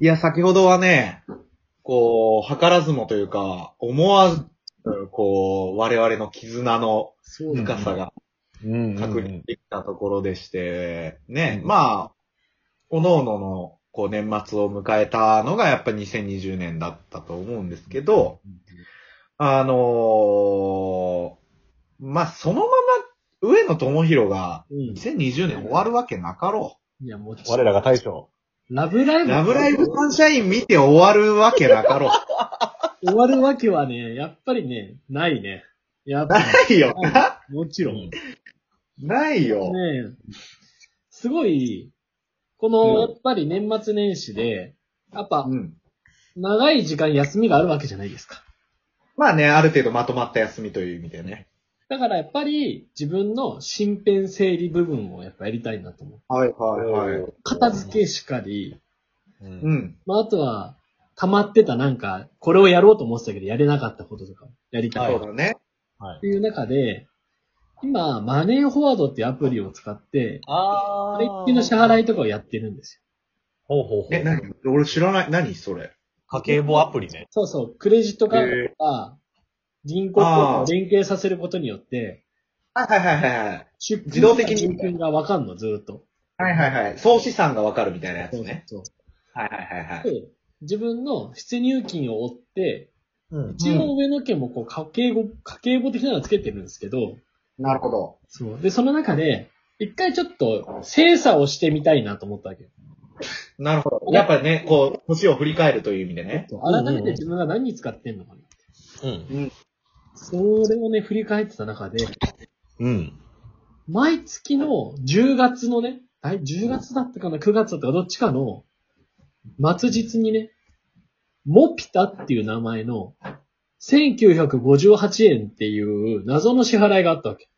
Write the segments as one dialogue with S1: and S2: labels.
S1: いや、先ほどはね、こう、図らずもというか、思わず、こう、我々の絆の
S2: そうだ、
S1: 深さが
S3: うん
S1: 確認できたところでして、ね、
S3: うん
S1: まあ、おののの、こう、年末を迎えたのが、やっぱ2020年だったと思うんですけど、あのーまあ、そのまま、上野智弘が、
S2: うん。い
S1: 2020年終わるわけなかろ
S2: や、もうち、
S3: 我らが大将。
S2: ラブライ
S1: う。
S2: ブ。
S1: ラブライブサンシャイン見て終わるわけなか ろう。
S2: 終わるわけはね、やっぱりね、ないね。やっぱ
S1: ないよ。
S2: り、もちろん。ね
S1: ないよ。
S2: えすごい、この、
S1: うん
S2: やっぱり年末年始で、やっぱ
S1: う、ん。
S2: 長い時間休みがあるわけじゃないですか。
S1: まあね、ある程度まとまった休みという意味でね。
S2: だからやっぱり、自分の身辺整理部分をやっぱやりたいなと思う。
S1: はい
S3: はい。
S2: 片付けしかり、
S3: う。
S1: うんん。
S2: まあ、あとは、溜まってたなんか、これをやろうと思ってたけど、やれなかったこととか、やりたい。
S1: そうだね。
S3: はい
S2: って。いう中で、今、マネーフォワードっていうアプリを使って、
S3: あ
S2: 一気の支払いとかをやってるんです
S3: ほうほうほう。
S1: え、なに俺知らない。何それ。
S3: 家計簿アプリね。
S2: よ。そうそう、クレジットカードとか、銀行とかを連携させることによって、
S1: あはいはいはいはい。
S2: 出
S1: 自動的に
S2: 金金がわかんの、ずーっと。
S1: はいはいはい。総資産がわかるみたいなやつね。
S2: そう
S1: はいはいはいはい。
S2: で自分の出入金を追って、
S3: うん。
S2: 一応上の家もこう家計簿、家計簿的なのをつけてるんですけど、
S1: なるほど。
S2: そう。で、その中で、一回ちょっと精査をしてみたいなと思ったわけ。
S1: なるほど。やっぱね、こう、年を振り返るという意味でね。
S2: 改めて自分が何に使ってんのかな。
S3: うん。
S2: それをね、振り返ってた中で、
S3: うん。
S2: 毎月の10月のね、あれ10月だったかな、9月だったか、どっちかの、末日にね、モピタっていう名前の、1958円っていう謎の支払いがあったわけ。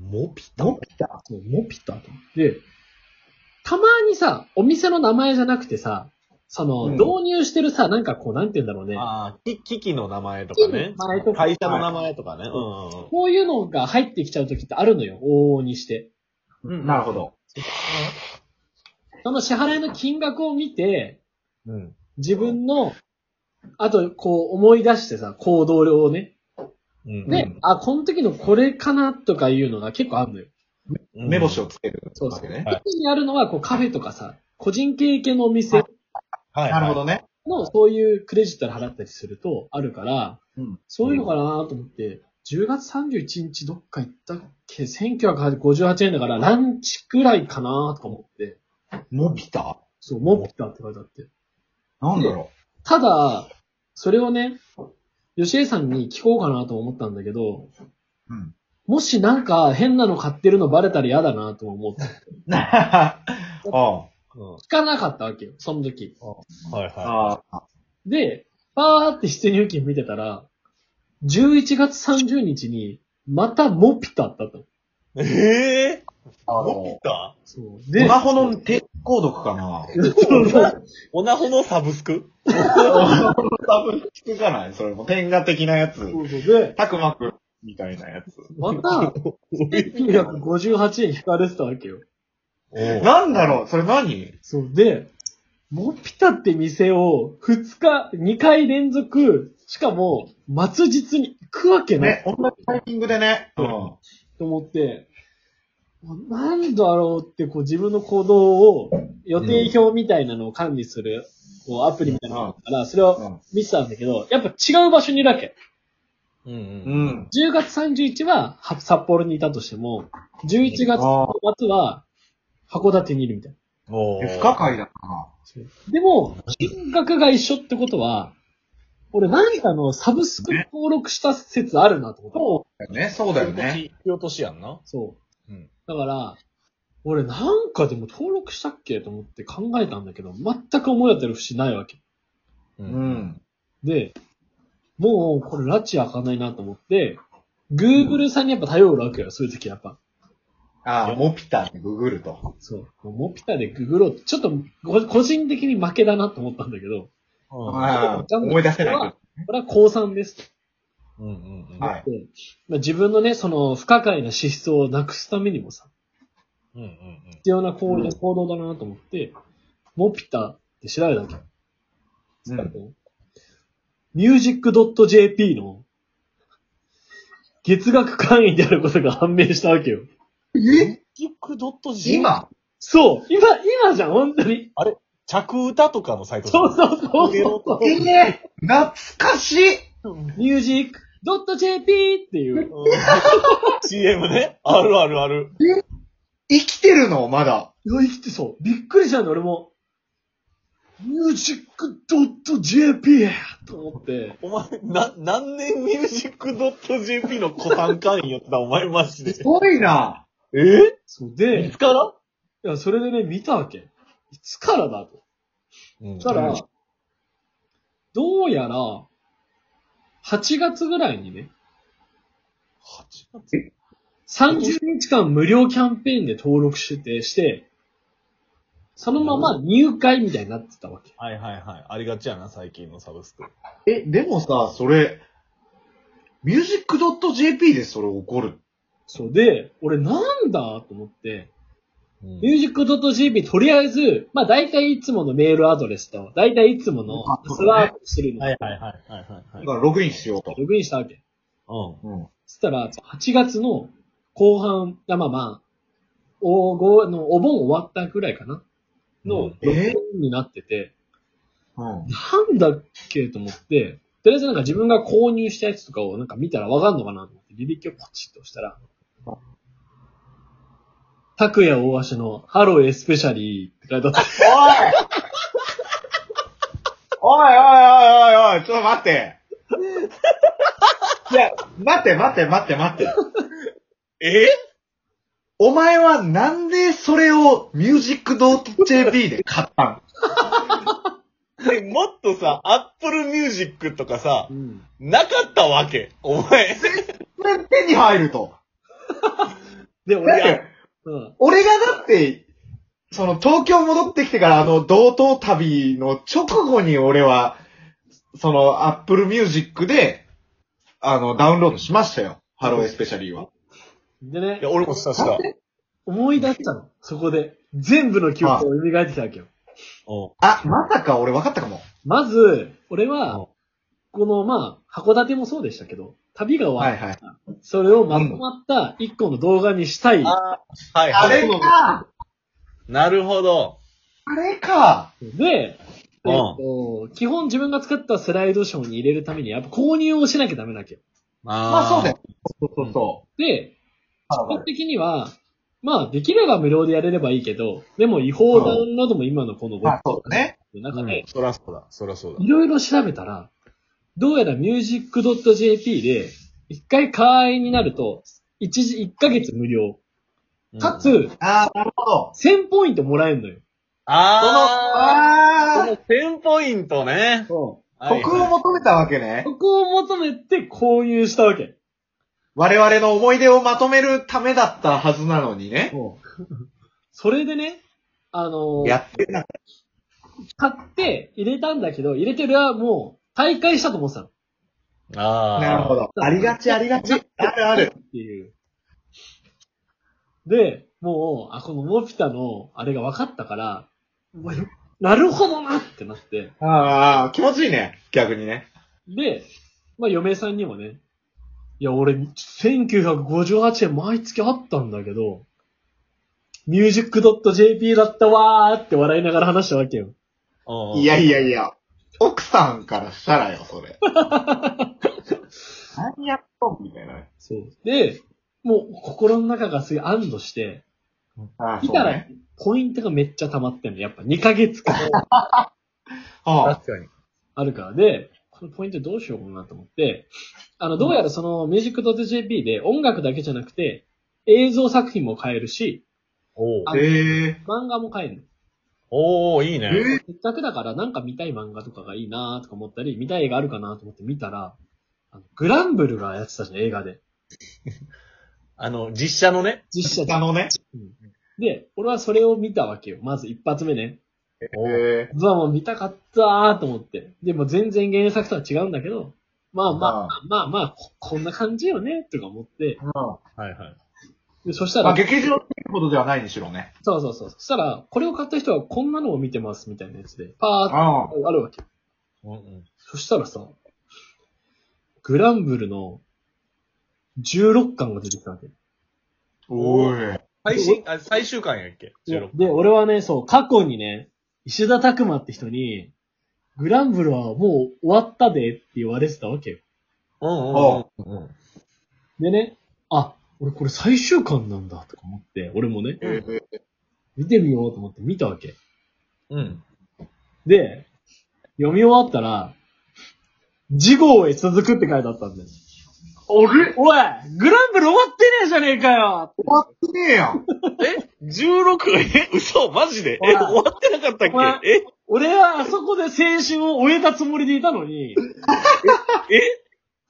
S3: モピタ
S1: モピタ
S2: そうモピタと。で、たまにさ、お店の名前じゃなくてさ、その、
S1: うん
S2: 導入してるさ、なんかこう、なんて言うんだろうね。
S3: ああ、き機器の名前とか
S2: 機
S3: ね
S2: 器の名前と。か
S3: 会社の名前とかね。う
S2: こういうのが入ってきちゃう時ってあるのよ、往々にして。
S3: んうん。
S1: なるほど。
S2: その支払いの金額を見て、
S3: ど。うん。
S2: 自分の、あと、こう思い出してさ、行動量をね。
S3: うん
S2: で、
S1: うん
S2: あ、この時のこれかなとかいうのが結構あるのよ。
S1: 目星をつける
S2: そう
S1: わ
S2: そ
S1: け
S2: う。
S1: ね。
S3: はい
S2: 時にあるのは、こうカフェとかさ、個人経営系のお店
S3: はい。
S1: なるほどね。
S2: のそういうクレジットで払ったりするとあるから、
S1: うん
S2: そういうのかなと思って、10月31日どっか行ったっけ ?1958 円だからランチくらいかなとか思って、
S1: モピタ
S2: そう、モピタって書いてあって。
S1: なんだろ
S2: ただ、それをね、吉江さんに聞こうかなと思ったんだけ
S1: う。
S2: ど、
S1: うん。
S2: もしなんか変なの買ってるのバレたら嫌だなとも思って、
S1: なはは。
S3: ど。
S2: 聞かなかったわけよ、その時。
S3: はい
S1: あ
S3: は
S1: あ。あ
S2: で、パーって出入金見てたら、11月30日に、またモピタだったの。
S3: い。ええ
S1: あ
S3: ー、モピ
S1: の、
S3: タ
S2: そう。
S1: ス
S2: で、
S1: マホの低購読かな
S2: そうそう
S3: オナホのサブスク
S1: 多分聞くかないそれも天下的なやつ。
S2: そうで、
S1: たくまくみたいなやつ。
S2: また、1958円引かれてたわけよ。
S3: お
S1: なんだろうそれ何
S2: そうで、モピタって店を2日、2回連続、しかも、末日に行くわけな
S1: ね、
S2: い
S1: 同じタイミングでね。
S3: うん
S2: と思って、なんだろうって、こう自分の行動を、予定表みたいなのを管理する、こうアプリみたいなのがあるから、それを見てたんだけど、やっぱ違う場所にいるわけ。
S1: う
S3: う
S1: んん。
S2: 10月31日はは札幌にいたとしても、11月
S1: あ
S2: 末は函館にいるみたいな。
S3: うん。お
S1: 不可解だな。
S2: でも、金額が一緒ってことは、俺何かのサブスク登録した説あるなと思った。
S1: そうだよね、そうだよ
S3: 引
S1: ね。
S3: き落としやんな。
S2: そう。
S3: うん
S2: だから、俺なんかでも登録したっけと思って考えたんだけど、全く思い当たる節ないわけ。
S3: う
S1: う。ん。
S2: で、もうこれ拉致開かないなと思って、Google さんにやっぱ頼るわけよ、そういう時やっぱ。
S1: ああ、モピタでググると。
S2: そう。もうモピタでググろうって、ちょっとご個人的に負けだなと思ったんだけど、
S3: う
S1: ああ、思い出せないけ
S2: これは高3ですと。
S3: ん。うん。うん
S1: ど。はい。
S2: でまあ、自分のね、その不可解な資質をなくすためにもさ、
S3: うん。うん。
S2: 必要な行動行動だなと思って、モピタって調べたわけ。使って、music.jp の月額会員であることが判明したわけよ。
S1: え
S3: キックドット G?
S1: 今
S2: そう今、今じゃん、本当に。
S3: 着歌とかのサイト
S2: そうそうそうそう。
S1: ええ懐かしい
S2: music.jp っていう。
S3: CM ね。あるあるある。
S1: 生きてるのまだ。
S2: いや、生きてそう。びっくりしたんだ、俺も。music.jp と思って。
S3: お前、な、何年ミュージックドット JP の子さん会員やったお前マジで。
S1: すごいな。
S3: え
S2: そう
S3: い
S2: で、
S3: つから
S2: いや、それでね、見たわけ。いつからだと。
S3: うん
S2: そしたら、どうやら、8月ぐらいにね、
S3: 八
S2: 30日間無料キャンペーンで登録してて、して、そのまま入会みたいになってたわけ。
S3: はいはいはい。ありがちやな、最近のサブスク。
S1: え、でもさ、それ、music.jp でそれ起こる。
S2: そうで、俺なんだと思って、
S3: うん。
S2: music.jp とりあえず、まあ大体いつものメールアドレスと、大体いつもの
S1: あ
S2: スワープするの、
S3: はいはいはいはいは
S1: だ
S3: い
S1: か
S3: はい。
S1: らログインしようと。
S2: ログインしたわけ。
S3: うん。
S1: うん。
S2: そしたら、8月の後半、あまあまあ、おごのお盆終わったぐらいかなの、
S3: うん
S1: え
S2: になってて、
S1: うん。
S2: なんだっけと思って、とりあえずなんか自分が購入したやつとかをなんか見たらわかんのかなと思って、履歴をポチッと押したら
S1: あ、
S2: 拓也大橋のハローエスペシャリーって書いてあった。
S1: おいおいおいおいおいおい、ちょっと待って。いや、待って待って待って待って。
S3: え
S1: お前はなんでそれを music.jp で買ったん
S3: でもっとさ、Apple Music とかさ、
S2: うん、
S3: なかったわけ。お前。
S1: これ手に入ると。
S2: で、
S1: だっ
S2: 俺が、
S1: て、
S2: うん、
S1: 俺がだって、その東京戻ってきてからあの同等旅の直後に俺は、その Apple Music で、あの、ダウンロードしましたよ。ハローエスペシャリーは。
S2: でね
S3: いや、、俺もしたした。
S2: 思い出したの。そこで。全部の記憶を蘇ってきたわけよ。
S3: う
S1: あ、まさか俺分かったかも。
S2: まず、俺は
S3: うん、
S2: この、まあ、函館もそうでしたけど、旅が終
S1: は
S2: わ
S1: い
S2: っ
S1: はい。
S2: それをまとまった一個の動画にしたい。
S3: ん。あーはい
S1: あ
S3: はい。
S1: れか
S3: なるほど。
S1: あれか
S2: で、
S3: うん
S2: えっと基本自分が作ったスライドショーに入れるために、やっぱ購入をしなきゃダメなわけよ。
S3: あ
S1: まあそうだよ。そうそうそ
S2: で、
S1: う。
S2: 基本的には、まあ、できれば無料でやれればいいけど、でも違法ダウンロードも今のこのご
S1: まあ
S2: 時
S1: そうだね。
S2: 世の中で、
S3: そらそうだ。そらそう
S2: いろいろ調べたら、どうやら music.jp で、一回会員になると、一時、一ヶ月無料。
S3: だ。
S2: か、つ、
S1: ああ、なるほど。
S2: 1000ポイントもらえるのよ。
S3: あー
S1: あ
S3: その1000ポイントね。
S1: あ、得を求めたわけね。
S2: そこを求めて購入したわけ。
S1: 我々の思い出をまとめるためだったはずなのにね。
S2: それでね、あのー
S1: やってなかっ
S2: 買って入れたんだけど、入れてるはもう、大会したと思ってたの。っ
S3: あ
S1: た。
S3: あ。
S1: なるほ
S3: ど。
S1: ど。ありがち、ありがち。あるある。
S2: ていう。で、もう、あ、このモピタの、あれが分かったから、うわなるほどなってなって。
S1: ああ、気持ちいいね。逆にね。
S2: で、まあ、嫁さんにもね、いや、俺、1958円毎月あったんだけど、music.jp だったわーって笑いながら話したわけよ。
S1: いやいやいや。奥さんからしたらよ、そ れ。何やっとんみたいなね。
S2: そう。で、もう心の中がすごい安堵して、
S1: ああ、
S2: 来
S1: そう
S2: たら
S1: ね。
S2: ポイントがめっちゃ溜まってんの。やっぱ2ヶ月間
S1: あ
S3: かに。
S2: あるからで、 このポイントどうしようかなと思って、あの、どうやらその music.jp で音楽だけじゃなくて、映像作品も買えるし、
S3: お
S1: あ
S3: ー
S2: あ
S1: へえ。
S2: 漫画も買えるの。
S3: おー、いい
S1: え
S3: ね。
S1: ー
S2: せっかくだからなんか見たい漫画とかがいいなーとか思ったり、見たい映画あるかなと思って見たら、あのグランブルがやってたじゃん、映画で。
S3: あの、実写のね。
S2: 実写
S1: あ
S2: で。
S1: のね。
S2: で、俺はそれを見たわけよ。まず一発目ね。
S3: おー
S1: へえ。
S2: まあもう見たかったーと思って。でも全然原作とは違うんだけど、まあまあまあまあ、ここんな感じよね、とか思って。
S1: うん。
S3: はいはい。
S2: でそした
S1: まあ、
S2: ら、
S1: 劇場っていうことではないにしろね。
S2: そうそうそう。そしたら、これを買った人はこんなのを見てます、みたいなやつで。パーっ
S1: あ
S2: とあるわけ。
S3: うんうん。
S2: そしたらさ、グランブルの16巻が出てきたわけ。
S1: おい。
S3: 最新、あ、最終巻やっけ ?16
S2: で、俺はね、そう、過去にね、石田拓馬って人に、グランブルはもう終わったでって言われてたわけよ。
S3: うんうんうん。
S2: でね、あ、俺これ最終巻なんだとか思って、俺もね、
S1: ええ
S2: 見てみようと思って見たわけ。
S3: うん。
S2: で、読み終わったら、次号へ続くって書いてあったんだよ。おれおいグランブル終わってねえじゃねえかよ
S1: 終わってねえやん。
S3: え ?16? え嘘マジで
S2: おい
S3: え終わってなかった
S2: お
S3: っけえ
S2: 俺はあそこで青春を終えたつもりでいたのに、
S3: え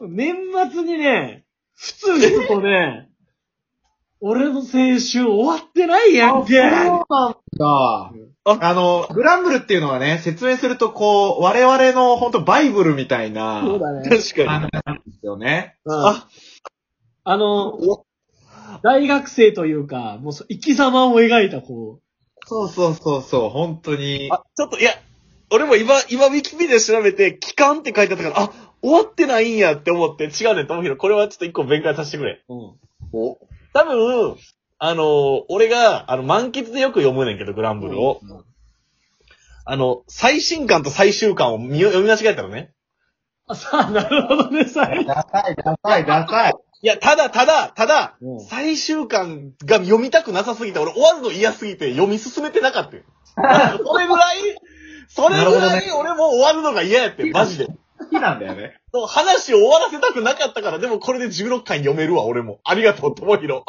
S2: 年末にね、普通にとね、俺の青春終わってないやんけ
S1: ああの、グランブルっていうのはね、説明するとこう、我々の本当バイブルみたいな、
S2: そうだね。
S3: 確か
S1: 感
S3: に。
S1: じなんですよね。
S2: うんあの、大学生というか、もうそ生き様を描いたこ
S1: そうそうそうそう、本当に。
S3: あ、ちょっと、いや、俺も今、今、ウィキペディア調べて、期間って書いてあったから、あ、終わってないんやって思って、違うねん、ともひろ。これはちょっと一個弁解させてくれ。
S2: う。うん。
S1: お
S3: 多分、あの、俺が、あの、満喫でよく読むねんけど、グランブルを。あの、最新刊と最終巻を見読み間違えたのね。
S2: あ、さあ、なるほどね、さい。
S1: ダサい、ダサい、ダサい。
S3: いや、ただ、ただ、ただ
S2: う、ん
S3: 最終巻が読みたくなさすぎて、俺終わるの嫌すぎて読み進めてな かったよ。それぐらい、それ
S1: なる
S3: ぐ
S1: ほど
S3: ら
S1: ね
S3: い俺も終わるのが嫌やって、マジで。
S1: 好きなんだよね。
S3: そう話を終わらせたくなかったから、でもこれで16巻読めるわ、俺も。ありがとう、ともひろ。